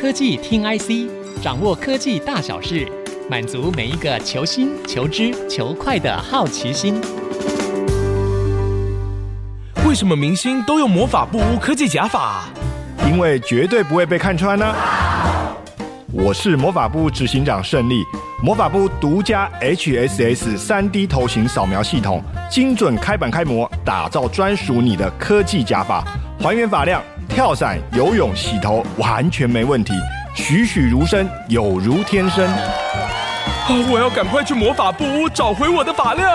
科技听 IC，掌握科技大小事，满足每一个求新、求知、求快的好奇心。为什么明星都用魔法布屋科技假发、啊？因为绝对不会被看穿呢、啊我是魔法部执行长胜利，魔法部独家 HSS 3D 头型扫描系统，精准开版开模，打造专属你的科技假发，还原发量、跳伞、游泳、洗头完全没问题，栩栩如生，有如天生。哦，我要赶快去魔法布屋找回我的发量。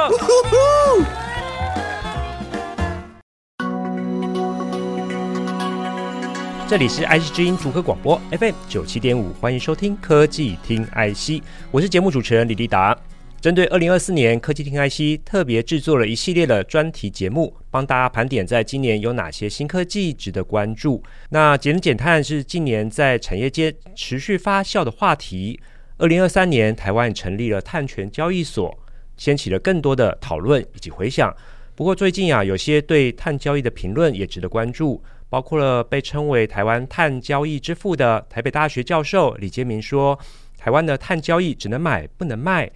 这里是 IC 之音主科广播 FM 九七点五，欢迎收听科技听 IC，我是节目主持人李立达。针对二零二四年科技听 IC 特别制作了一系列的专题节目，帮大家盘点在今年有哪些新科技值得关注。那节目减碳是近年在产业界持续发酵的话题。二零二三年，台湾成立了碳权交易所，掀起了更多的讨论以及回响。不过最近啊，有些对碳交易的评论也值得关注，包括了被称为台湾碳交易之父的台北大学教授李杰明说，台湾的碳交易只能买不能卖，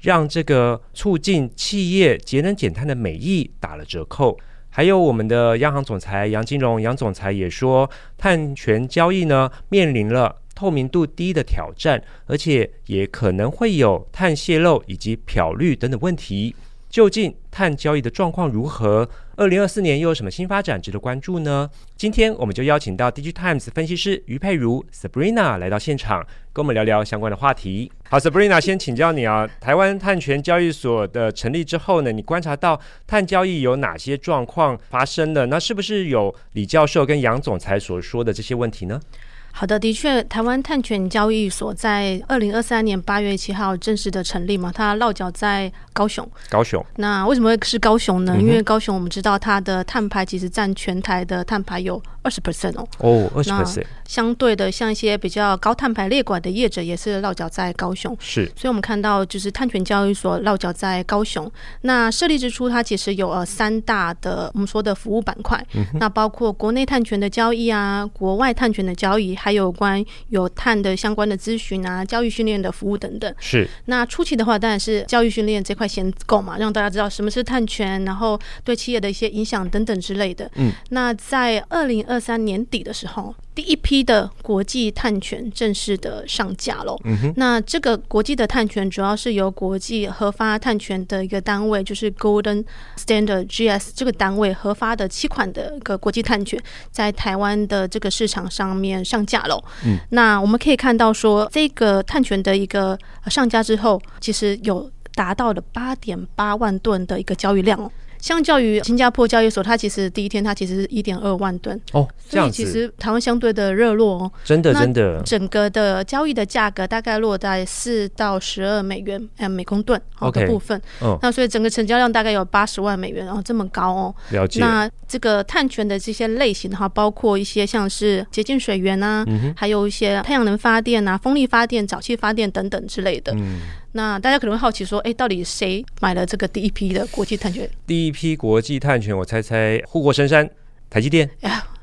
让这个促进企业节能减碳的美意打了折扣。还有我们的央行总裁杨金龙，杨总裁也说，碳权交易呢面临了透明度低的挑战，而且也可能会有碳泄漏以及漂绿等等问题。究竟碳交易的状况如何？二零二四年又有什么新发展值得关注呢？今天我们就邀请到 DigiTimes 分析师于佩如 Sabrina 来到现场，跟我们聊聊相关的话题。好，Sabrina，先请教你啊，台湾碳权交易所的成立之后呢，你观察到碳交易有哪些状况发生了？那是不是有李教授跟杨总裁所说的这些问题呢？好的，的确，台湾碳权交易所在二零二三年八月七号正式的成立嘛，它落脚在高雄。高雄，那为什么会是高雄呢？嗯哼因为高雄我们知道它的碳排其实占全台的碳排有二十 percent 哦，哦，二十那 percent，相对的像一些比较高碳排列管的业者也是落脚在高雄。是所以，我们看到就是碳权交易所落脚在高雄。那设立之初，它其实有呃三大的我们说的服务板块，那包括国内碳权的交易啊，国外碳权的交易，还有关有碳的相关的咨询啊、教育训练的服务等等。是，那初期的话，当然是教育训练这块先够嘛，让大家知道什么是碳权，然后对企业的一些影响等等之类的。嗯，那在二零二三年底的时候，第一批的国际碳权正式的上架喽。嗯哼，那这个国际的碳权主要是由国际核发碳权的一个单位，就是 Golden Standard GS 这个单位核发的七款的一个国际碳权，在台湾的这个市场上面上架喽。嗯那我们可以看到说，这个碳权的一个呃上架之后，其实有达到了八点八万吨的一个交易量哦。相较于新加坡交易所，它其实第一天它其实是一点二万吨，哦，这所样以其子，实台湾相对的热络哦，真的那真的，整个的交易的价格大概落在四到十二美元呃每公吨好的 OK 部分。嗯那所以整个成交量大概有八十万美元，然、后这么高哦。了解，那这个碳权的这些类型的话，包括一些像是洁净水源啊，嗯还有一些太阳能发电啊、风力发电、沼气发电等等之类的。嗯那大家可能会好奇说，哎，到底谁买了这个第一批的国际碳权？第一批国际碳权，我猜猜护国神山台积电，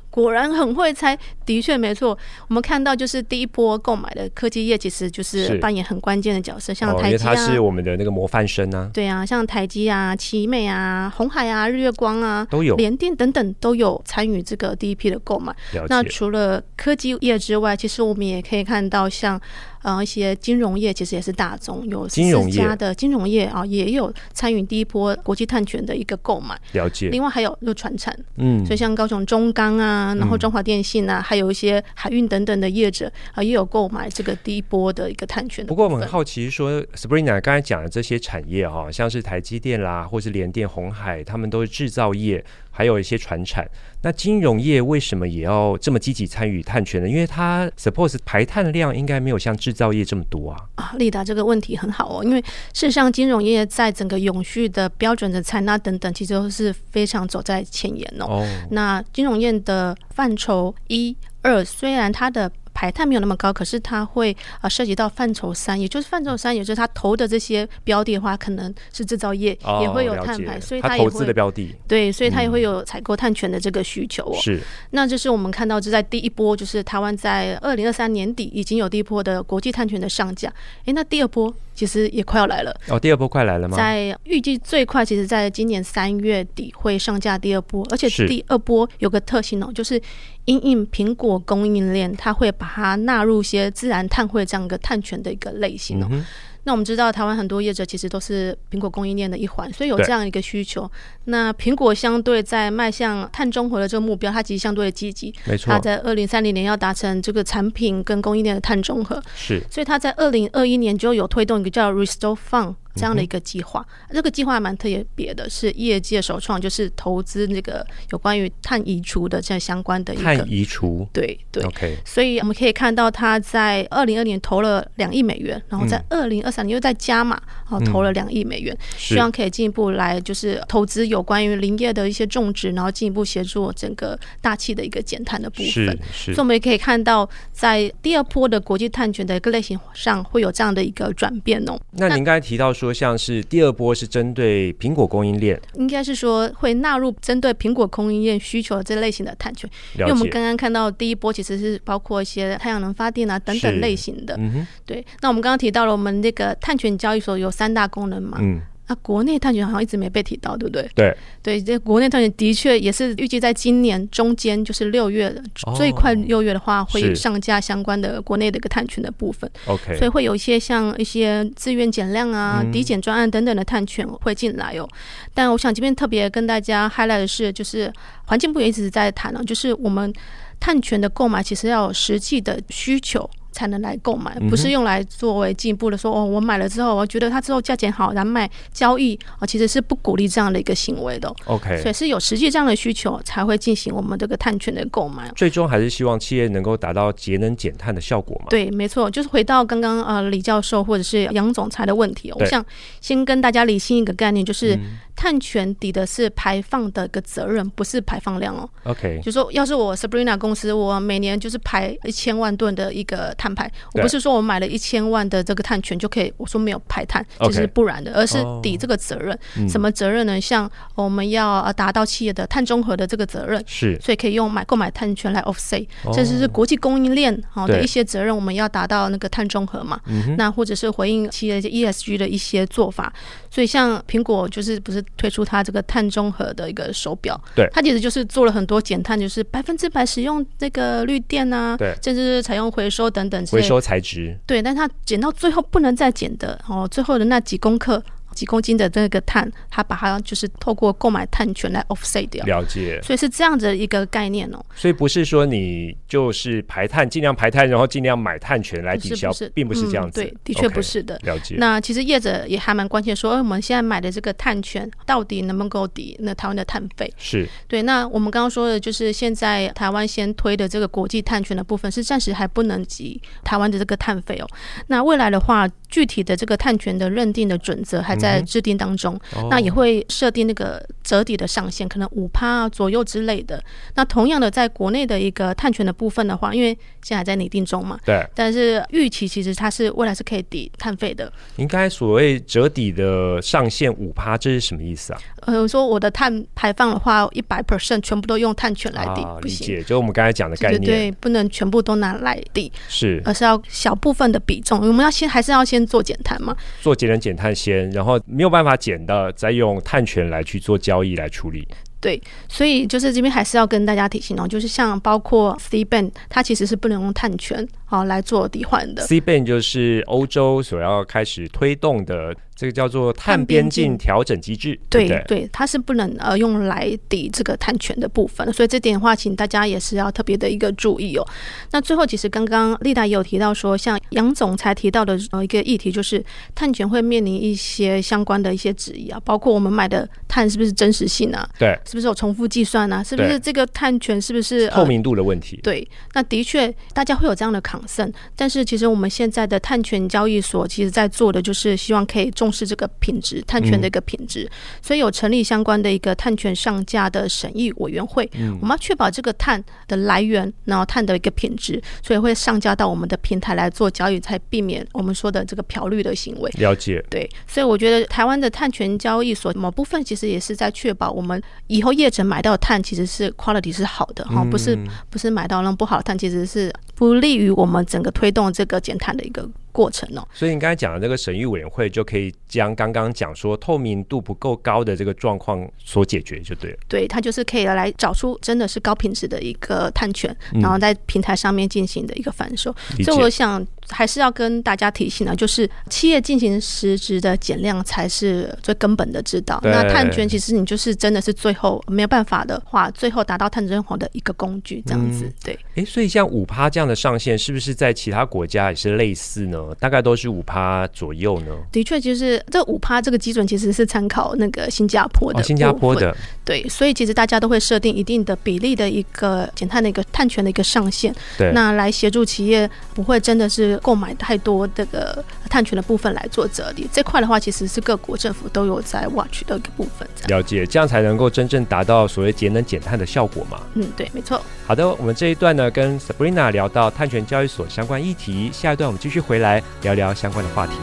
果然很会猜，的确没错。我们看到就是第一波购买的科技业，其实就是是扮演很关键的角色，像哦，因台为积啊。它是我们的那个模范生啊，对啊，像台积啊、奇美啊、红海啊、日月光啊、都有联电等等都有参与这个第一批的购买。了那解，除了科技业之外，其实我们也可以看到像，呃一些金融业其实也是大宗，有金融四业家的金融业啊、也有参与第一波国际碳权的一个购买。了解，另外还有就船产，嗯所以像高雄中钢啊，然后中华电信啊，还有一些海运等等的业者啊、也有购买这个第一波的一个碳权的不部分。过我们很好奇说，Sabrina 刚才讲的这些产业哈、像是台积电啦，或是联电、红海，他们都是制造业，还有一些船产。那金融业为什么也要这么积极参与碳权呢？因为它 suppose 排碳量应该没有像制造业这么多啊。啊，丽达这个问题很好哦，因为事实上金融业在整个永续的标准的采纳等等，其实都是非常走在前沿哦。哦，那金融业的范畴一二，虽然它的。排碳没有那么高，可是它会啊、呃涉及到范畴三，也就是范畴三，也就是它投的这些标的的话，可能是制造业、哦也会有了碳解排，所以他也投资的会标的对，所以它也会有采购碳权的这个需求哦。是那这是我们看到，就在第一波，就是台湾在二零二三年底已经有第一波的国际碳权的上架。诶，那第二波其实也快要来了，哦，第二波快来了吗？在预计最快，其实在今年三月底会上架第二波，而且是第二波有个特性哦，就是因应苹果供应链，它会把它纳入一些自然碳汇这样一个碳权的一个类型哦。嗯哼那我们知道，台湾很多业者其实都是苹果供应链的一环，所以有对这样一个需求。那苹果相对在迈向碳中和的这个目标，它其实相对的积极，没错它，在二零三零年要达成这个产品跟供应链的碳中和。是所以他在二零二一年就有推动一个叫 Restore Fund 嗯这样的一个计划。这个计划还蛮特别的，是业界首创，就是投资那个有关于碳移除的这相关的一碳个。移除对对， ，OK，所以我们可以看到，他在二零二年投了两亿美元，然后在二零二三年又再加码，哦，投了两亿美元，嗯是希望可以进一步来就是投资有关于林业的一些种植，然后进一步协助整个大气的一个减碳的部分是。是所以我们也可以看到，在第二波的国际碳权的一个类型上，会有这样的一个转变哦。那您刚才提到说，像是第二波是针对苹果供应链，应该是说会纳入针对苹果供应链需求的这类型的碳权，因了为我们解，刚刚看到第一波其实是包括一些太阳能发电啊等是等类型的。嗯哼，对，那我们刚刚提到了我们那个碳权交易所有三大功能嘛，嗯，那国内碳权好像一直没被提到，对不对？对，对，这国内碳权的确也是预计在今年中间，就是六月、哦最快六月的话是会上架相关的国内的一个碳权的部分。 OK，嗯所以会有一些像一些自愿减量啊、抵减专案等等的碳权会进来哦。但我想这边特别跟大家 highlight 的是，就是环境部也一直在谈哦，就是我们碳权的购买其实要有实际的需求。才能来购嗯买，不是用来作为进一步的说哦，我买了之后，我觉得它之后价钱好，然后卖交易啊、哦其实是不鼓励这样的一个行为的哦、所 OK，以是有实际这样的需求才会进行我们这个碳权的购买。哦最终还是希望企业能够达到节能减碳的效果嘛？对，没错，就是回到刚刚呃李教授或者是杨总裁的问题哦，我对嗯想先跟大家理清一个概念，就是碳权抵的是排放的一个责任，不是排放量哦。 ，OK，就说要是我 Sabrina 公司，我每年就是排一千万吨的一个碳排，我对不是说我买了一千万的这个碳权就可以，我说没有排碳，其 OK 实不然的，而是哦嗯抵这个责任。什么责任呢？像我们要呃达到企业的碳中和的这个责任，是所以可以用买购买碳权来 offset，、这就是国际供应链好的哦对嗯一些责任，我们要达到那个碳中和嘛。那或者是回应企业的一些 ESG 的一些做法，所以像苹果就是不是推出它这个碳中和的一个手表，对它其实就是做了很多减碳，就是百分之百使用那个绿电啊，对甚至是采用回收等等之回类的。收材质，对，但它减到最后不能再减的哦，最后的那几公克、几公斤的那个碳，它把它就是透过购买碳权来 offset 掉。了解。所以是这样的一个概念哦，所以不是说你就是排碳，尽量排碳，然后尽量买碳权来不抵是消不是，，并不是这样子。嗯、对，的确 OK，不是的。了解。那其实业者也还蛮关心说，哎，我们现在买的这个碳权到底能不能够抵那台湾的碳费？是对，那我们刚刚说的就是现在台湾先推的这个国际碳权的部分是暂时还不能及台湾的这个碳费哦。那未来的话，具体的这个碳权的认定的准则还嗯在制定当中，哦那也会设定那个折抵的上限，可能五趴啊左右之类的。那同样的，在国内的一个碳权的部分的话，因为现在还在拟定中嘛。对。但是预期其实它是未来是可以抵碳费的。应该所谓折抵的上限五趴，这是什么意思啊？呃，我说我的碳排放的话，一百 percent 全部都用碳权来抵，啊，不理行。解，就是我们刚才讲的概对对念，对，不能全部都拿来抵，是而是要小部分的比重。我们要先还是要先做减碳嘛？做节能减碳先，然后没有办法减的，再用碳权来去做交易来处理。对，所以就是这边还是要跟大家提醒哦，就是像包括 C ban，它其实是不能用碳权好、来做抵换的。 C ban 就是欧洲所要开始推动的，这个叫做碳边境调整机制，对不对？对，它是不能呃用来抵这个碳权的部分的，所以这点的话，请大家也是要特别的一个注意哦。那最后，其实刚刚丽达也有提到说，像杨总裁提到的呃一个议题，就是碳权会面临一些相关的一些质疑啊，包括我们买的碳是不是真实性啊，对是不是有重复计算啊，是不是对这个碳权是不是透呃明度的问题，对，那的确大家会有这样的 concern，但是其实我们现在的碳权交易所其实在做的就是希望可以重重视这个品质碳权的一个品质，所以有成立相关的一个碳权上架的审议委员会。我们要确保这个碳的来源，然后碳的一个品质，所以会上架到我们的平台来做交易，才避免我们说的这个漂绿的行为。了解。对，所以我觉得台湾的碳权交易所某部分其实也是在确保我们以后业者买到的碳其实是 quality 是好的哈、不是不是买到那种不好的碳，其实是不利于我们整个推动这个减碳的一个过程哦。所以你刚才讲的这个审议委员会，就可以将刚刚讲说透明度不够高的这个状况所解决就对了。对，它就是可以来找出真的是高品质的一个碳权，然后在平台上面进行的一个贩售。嗯理所以我解。想还是要跟大家提醒呢，就是企业进行实质的减量才是最根本的指导。对那碳权其实你就是真的是最后没有办法的话，最后达到碳中和的一个工具，这样子。嗯对，诶，所以像五趴这样的上限，是不是在其他国家也是类似呢？大概都是五趴左右呢？的确就是这五趴这个基准其实是参考那个新加坡的、哦，新加坡。的，对，所以其实大家都会设定一定的比例的一个减碳的一个碳权的一个上限，对，那来协助企业不会真的是购买太多这个碳权的部分来做折抵。这块的话，其实是各国政府都有在 watch 的一个部分，这样。了解，这样才能够真正达到所谓节能减碳的效果嘛。嗯，对，没错。好的，我们这一段呢跟 Sabrina 聊到碳权交易所相关议题，下一段我们继续回来聊聊相关的话题。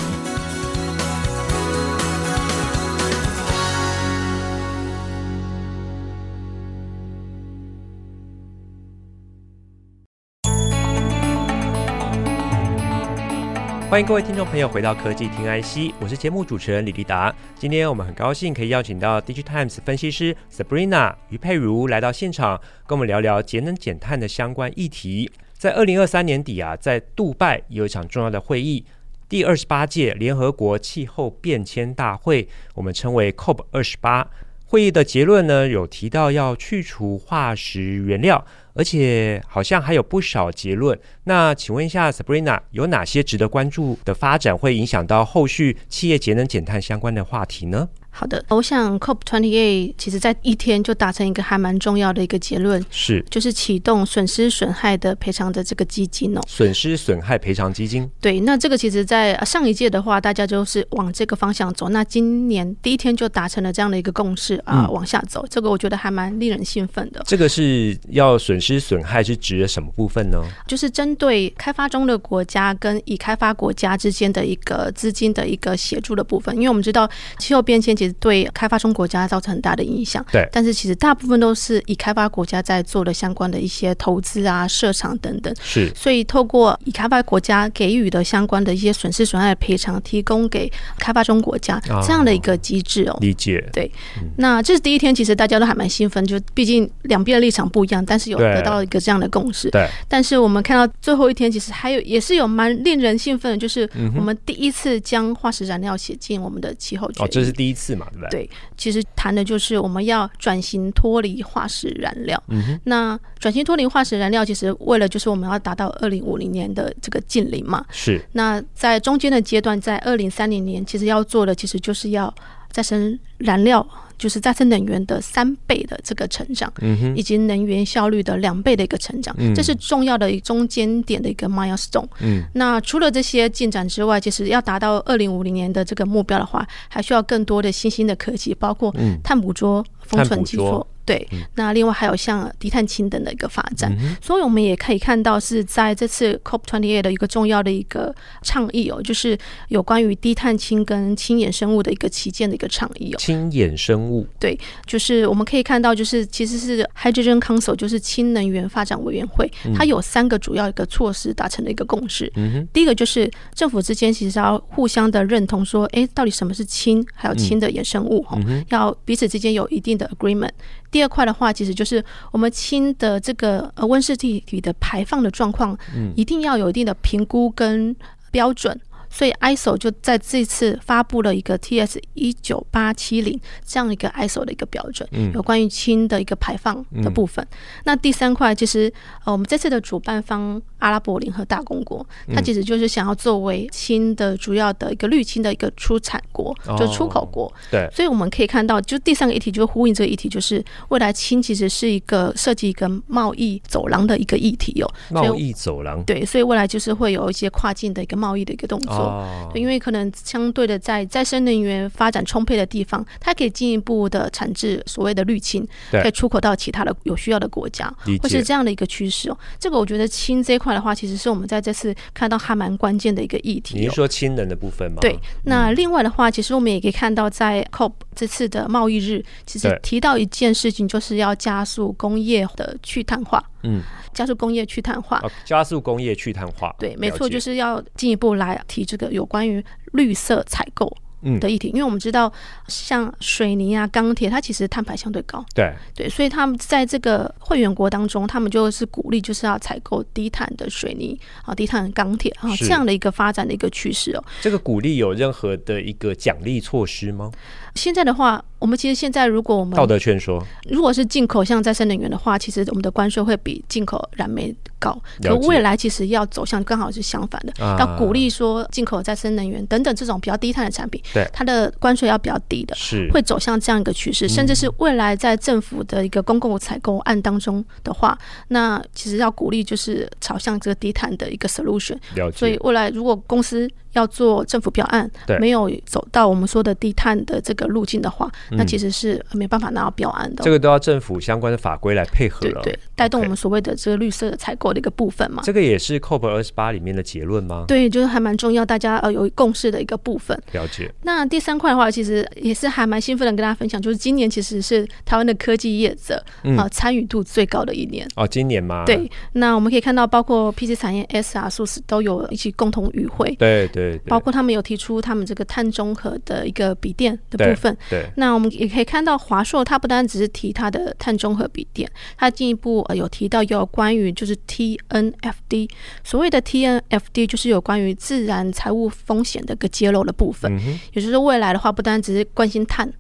欢迎各位听众朋友回到科技听 IC，我是节目主持人李立达。今天我们很高兴可以邀请到 DigiTimes 分析师 Sabrina 于佩如来到现场，跟我们聊聊节能减碳的相关议题。在二零二三年底啊，在杜拜有一场重要的会议，第二十八届联合国气候变迁大会，我们称为 COP 二十八。会议的结论呢，有提到要去除化石原料，而且好像还有不少结论。那请问一下，Sabrina，有哪些值得关注的发展会影响到后续企业节能减碳相关的话题呢？好的，我想 COP28 其实在一天就达成一个还蛮重要的一个结论，是就是启动损失损害的赔偿的这个基金哦。损失损害赔偿基金，对，那这个其实在呃上一届的话，大家就是往这个方向走。那今年第一天就达成了这样的一个共识啊、往下走，这个我觉得还蛮令人兴奋的。这个是要损失损害是指的什么部分呢？就是针对开发中的国家跟已开发国家之间的一个资金的一个协助的部分，因为我们知道气候变迁其实对开发中国家造成很大的影响，对但是其实大部分都是已开发国家在做的相关的一些投资啊、设厂等等，是所以透过已开发国家给予的相关的一些损失损害的赔偿，提供给开发中国家哦这样的一个机制哦。理嗯解，对，那这是第一天，其实大家都还蛮兴奋，就毕竟两边的立场不一样，但是有对得到一个这样的共识。对，但是我们看到最后一天，其实还有也是有蛮令人兴奋的，就是嗯我们第一次将化石燃料写进我们的气候决议。哦，这是第一次嘛，对不对？对，其实谈的就是我们要转型脱离化石燃料。嗯、那转型脱离化石燃料，其实为了就是我们要达到二零五零年的这个近零嘛。是那在中间的阶段，在二零三零年，其实要做的其实就是要再生燃料，就是再生能源的三倍的这个成长，嗯、以及能源效率的两倍的一个成长，这是重要的一中间点的一个 milestone。嗯、那除了这些进展之外，其实要达到二零五零年的这个目标的话，还需要更多的新兴的科技，包括嗯碳捕捉、封存技碳捕术捉。对，那另外还有像低碳氢等的一个发展，所以我们也可以看到是在这次 COP28 的一个重要的一个倡议哦，就是有关于低碳氢跟氢衍生物的一个旗舰的一个倡议哦。氢衍生物，对，就是我们可以看到，就是其实是 Hydrogen Council，就是氢能源发展委员会，它有三个主要一个措施达成的一个共识。第一个就是政府之间其实要互相的认同，说，诶，到底什么是氢，还有氢的衍生物，哈、要彼此之间有一定的 agreement。第二块的话，其实就是我们氢的这个呃温室气体的排放的状况，一定要有一定的评估跟标准。所以 ISO 就在这次发布了一个 TS 一九八七零这样一个 ISO 的一个标准，嗯有关于氢的一个排放的部分。那第三块其实呃，我们这次的主办方阿拉伯联合大公国，嗯它其实就是想要作为氢的主要的一个绿氢的一个出产国，哦就是出口国。对，所以我们可以看到，就第三个议题，就呼应这个议题，就是未来氢其实是一个设计一个贸易走廊的一个议题哦。所以贸易走廊。对，所以未来就是会有一些跨境的一个贸易的一个动作。哦作。对，因为可能相对的在再生能源发展充沛的地方，它可以进一步的产制所谓的绿氢，对可以出口到其他的有需要的国家理，或解是这样的一个趋势哦。这个我觉得氢这一块的话，其实是我们在这次看到还蛮关键的一个议你题、是哦。说嗯亲人的部分吗？对，那另外的话，其实我们也可以看到，在 COP 这次的贸易日，其实对提到一件事情，就是要加速工业的去碳化，嗯，加速工业去碳化。哦，加速工业去碳化，对，没了错，解就是要进一步来提这个有关于绿色采购嗯的议题，因为我们知道像水泥啊、钢铁，它其实碳排相对高，对，对，所以他们在这个会员国当中，他们就是鼓励就是要采购低碳的水泥啊、低碳的钢铁啊是这样的一个发展的一个趋势哦。这个鼓励有任何的一个奖励措施吗？现在的话，我们其实现在如果我们道德劝说，如果是进口像再生能源的话，其实我们的关税会比进口燃煤高。了可解未来其实要走向刚好是相反的，啊要鼓励说进口再生能源等等这种比较低碳的产品，对它的关税要比较低的。是嗯会走向这样一个趋势，甚至是未来在政府的一个公共采购案当中的话，那其实要鼓励就是朝向这个低碳的一个 solution。了所以解，未来如果公司要做政府标案对，没有走到我们说的低碳的这个路径的话，那嗯其实是呃没办法拿到标案的哦。这个都要政府相关的法规来配合对了。对，带动 OK 我们所谓的这个绿色采购的一个部分嘛。这个也是 COP 二十八里面的结论吗？对，就是还蛮重要，大家呃有共识的一个部分。了解，那第三块的话，其实也是还蛮兴奋的，跟大家分享，就是今年其实是台湾的科技业者嗯啊、呃参与度最高的一年。哦，今年吗？对，那我们可以看到，包括 PC 产业、SR、s u s 都有一起共同与会，对对对，包括他们有提出他们这个碳中和的一个笔电的对部分。对那我们也可以看到，华硕它不单只是提它的碳中和笔电，它进一步呃有提到有关于就是 TNFD，所谓的 TNFD 就是有关于自然财务风险的一个揭露的部分。嗯也就是说，未来的话不单只是关心碳。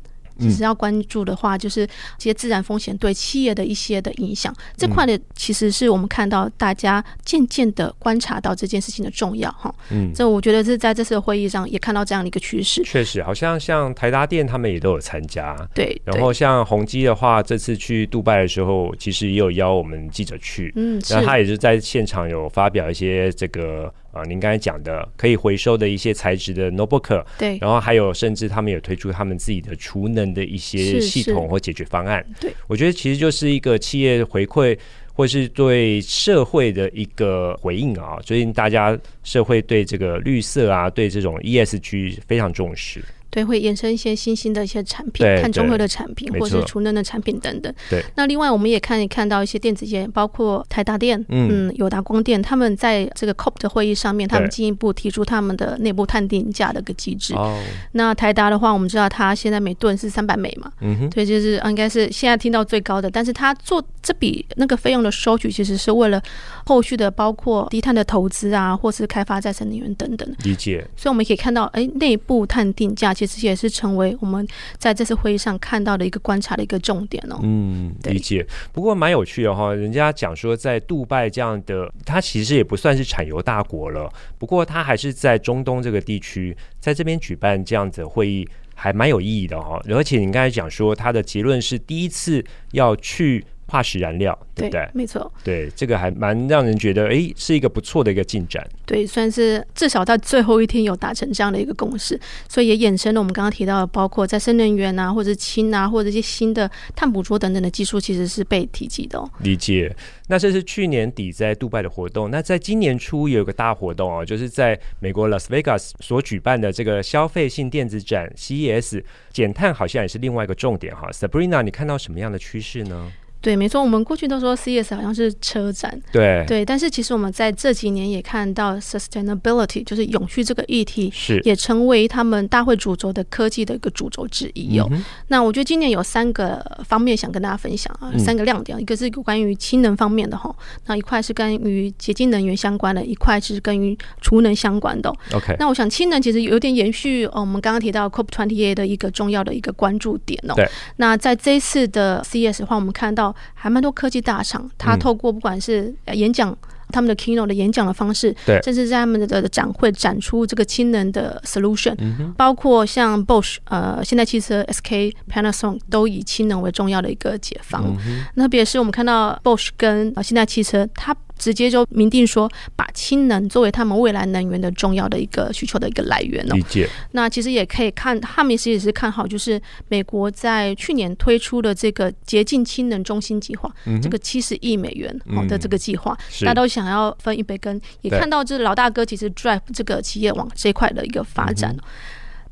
其实要关注的话，就是这些自然风险对企业的一些的影响，这块的其实是我们看到大家渐渐的观察到这件事情的重要哈。嗯这我觉得是在这次的会议上也看到这样的一个趋势。确实，好像像台达电他们也都有参加。对，然对后像宏基的话，这次去杜拜的时候，其实也有邀我们记者去，嗯是那他也是在现场有发表一些这个呃，您刚才讲的可以回收的一些材质的 notebook，对然后还有甚至他们有推出他们自己的储能的一些是系统是或解决方案。对，我觉得其实就是一个企业回馈。或是对社会的一个回应啊，最近大家社会对这个绿色啊，对这种 ESG 非常重视。对，会衍生一些新兴的一些产品对，碳中对和的产品，没或是错储能的产品等等。对，那另外我们也看看到一些电子业，包括台达电、嗯嗯友达光电，他们在这个 COP 的会议上面，他们对进一步提出他们的内部碳定价的一个机制。哦，那台达的话，我们知道它现在每吨是三百美嘛，嗯哼，对，就是呃应该是现在听到最高的，但是它做这笔那个费用的收取，其实是为了后续的包括低碳的投资啊，或是开发再生能源等等。理解。所以我们可以看到，哎，内部碳定价其实也是成为我们在这次会议上看到的一个观察的一个重点哦。嗯，对理解。不过蛮有趣的哈，人家讲说在杜拜这样的，它其实也不算是产油大国了，不过它还是在中东这个地区，在这边举办这样子的会议，还蛮有意义的哈。而且你刚才讲说，它的结论是第一次要去化石燃料，对不对？没错，对，这个还蛮让人觉得，诶，是一个不错的一个进展。对，算是至少在最后一天有达成这样的一个共识，所以也衍生了我们刚刚提到的，包括再生能源啊，或者氢啊，或者一些新的碳捕捉等等的技术，其实是被提及的、哦。理解。那这是去年底在杜拜的活动，那在今年初也有个大活动哦，就是在美国 Las Vegas 所举办的这个消费性电子展 CES，减碳好像也是另外一个重点哈。Sabrina，你看到什么样的趋势呢？对，没错，我们过去都说 CES 好像是车展，对，对，但是其实我们在这几年也看到 sustainability，就是永续这个议题，是也成为他们大会主轴的科技的一个主轴之一哦。那我觉得今年有三个方面想跟大家分享啊，三个亮点，一个是有关于氢能方面的哈，那一块是关于洁净能源相关的，一块是跟于储能相关的哦、 OK，那我想氢能其实有点延续呃我们刚刚提到 COP28 的一个重要的一个关注点哦。对。那在这一次的 CES 的话，我们看到还蛮多科技大厂，它嗯透过不管是呃演讲。他们的 keynote 的演讲的方式，对甚至在他们的展会展出这个氢能的 solution，、包括像 Bosch、呃，现代汽车、SK、Panasonic 都以氢能为重要的一个解放。那特别是我们看到 Bosch 跟呃现代汽车，它直接就明定说，把氢能作为他们未来能源的重要的一个需求的一个来源哦理。解，那其实也可以看，他们其实也是看好，就是美国在去年推出的这个洁净氢能中心计划，这个七十亿美元好的这个计划，是大家都想要分一杯羹，也对看到这老大哥其实 drive 这个企业往这一块的一个发展。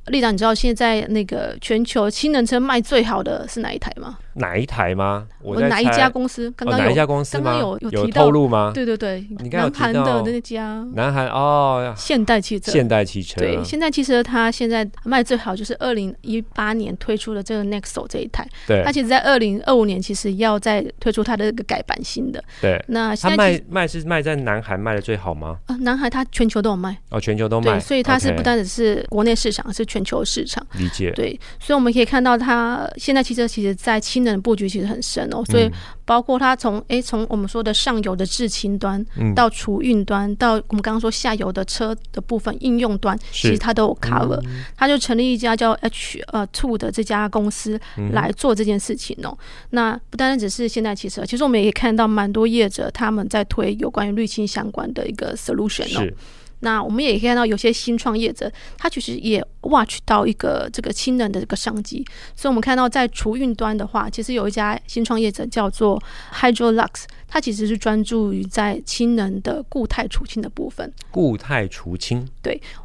立长，你知道现在那个全球氢能车卖最好的是哪一台吗？哪一台吗？我在哪一猜家公司？刚哦刚哪一有，家公司刚吗？刚有有提透到，露吗？对对对你，刚刚有南提韩的到那家南韩哦，现代汽车，现代啊汽车，对，现代汽车它现在卖最好就是二零一八年推出的这个 Nexo 这一台，对它其实在二零二五年其实要再推出它的这个改版新的。对。那它嗯现在其卖实卖是卖在南韩卖的最好吗？呃，南海它全球都有卖，哦，全球都卖，对，所以它是 OK，不单只是国内市场，是全球市场。理解，对，所以我们可以看到，它现在汽车其实在氢能的布局其实很深哦，嗯所以包括它从诶从我们说的上游的制氢端嗯，到储运端，到我们刚刚说下游的车的部分应用端，其是嗯实它都有 cover。它就成立一家叫 H 呃 Two 的这家公司嗯来做这件事情哦。那不单单只是现代汽车，其实我们也可以看到蛮多业者他们在推有关于绿氢相关的一个 solution 哦。是那我们也可以看到，有些新创业者，他其实也 watch 到一个这个氢能的这个商机，所以我们看到在储运端的话，其实有一家新创业者叫做 Hydrolux，它其实是专注于在氢能的固态储氢的部分。固态除氢，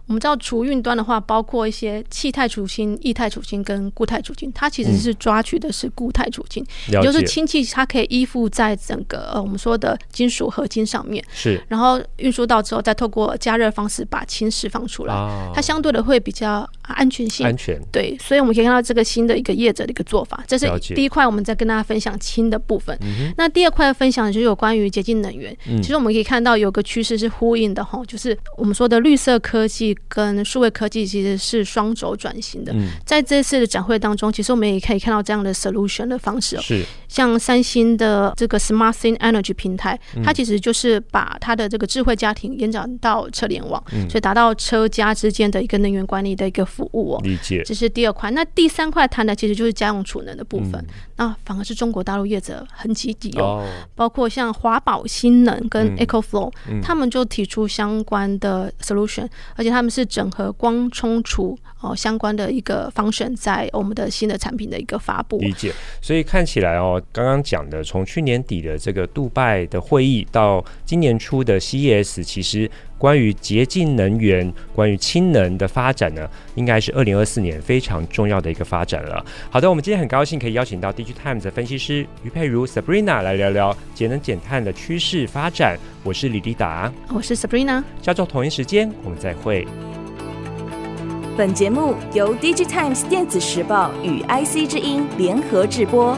我们知道储运端的话，包括一些气态储氢、液态储氢跟固态储氢，它其实是抓取的是固态储氢，了解也就是氢气它可以依附在整个呃我们说的金属合金上面，是然后运输到之后，再透过加热方式把氢释放出来，啊它相对的会比较安全性。安全对，所以我们可以看到这个新的一个业者的一个做法，这是了解嗯第一块，我们在跟大家分享氢的部分。那第二块分享就是有关于洁净能源。其实我们可以看到有个趋势是呼应的哈，就是我们说的绿色科技跟数位科技其实是双轴转型的。嗯在这次的展会当中，其实我们也可以看到这样的 solution 的方式哦。是像三星的这个 Smart Clean Energy 平台，它其实就是把它的这个智慧家庭延展到车联网，所以达到车家之间的一个能源管理的一个服务哦。理解这是第二块，那第三块谈的其实就是家用储能的部分，那反而是中国大陆业者很积极哦，哦，包括像华宝新能跟 EcoFlow，、他们就提出相关的 solution，而且他们是整合光充储哦相关的一个 function 在我们的新的产品的一个发布。理解，所以看起来哦，刚刚讲的从去年底的这个杜拜的会议到今年初的 CES，其实关于洁净能源、关于氢能的发展呢，应该是二零二四年非常重要的一个发展了。好的，我们今天很高兴可以邀请到 DigiTimes 的分析师于佩如 Sabrina 来聊聊节能减碳的趋势发展。我是李丽达，我哦是 Sabrina。下周同一时间我们再会。本节目由《DigiTimes 电子时报》与 IC 之音联合制播。